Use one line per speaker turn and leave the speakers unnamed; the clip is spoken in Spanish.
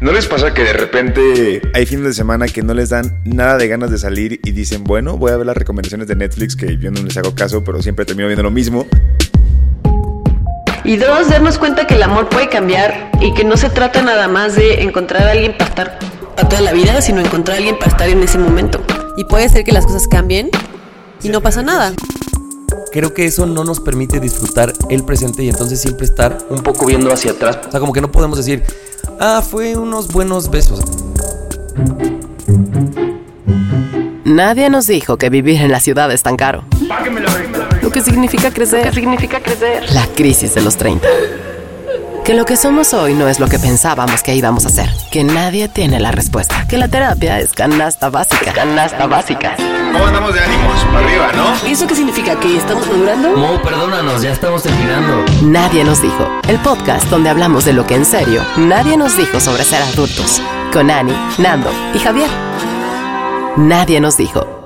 ¿No les pasa que de repente hay fines de semana que no les dan nada de ganas de salir y dicen, bueno, voy a ver las recomendaciones de Netflix que yo no les hago caso, pero siempre termino viendo lo mismo?
Y dos, darnos cuenta que el amor puede cambiar y que no se trata nada más de encontrar a alguien para estar para toda la vida, sino encontrar a alguien para estar en ese momento.
Y puede ser que las cosas cambien y no pasa nada.
Creo que eso no nos permite disfrutar el presente y entonces siempre estar un poco viendo hacia atrás. O sea, como que no podemos decir, ah, fue unos buenos besos.
Nadie nos dijo que vivir en la ciudad es tan caro. Lo que significa crecer.
Significa crecer.
La crisis de los 30. Que lo que somos hoy no es lo que pensábamos que íbamos a ser. Que nadie tiene la respuesta. Que la terapia es canasta básica. Canasta básica.
¿Cómo andamos de ánimos? Para arriba, ¿no?
¿Y eso qué significa? ¿Que estamos madurando?
Mo, perdónanos, ya estamos terminando.
Nadie nos dijo. El podcast donde hablamos de lo que en serio nadie nos dijo sobre ser adultos. Con Ani, Nando y Javier. Nadie nos dijo.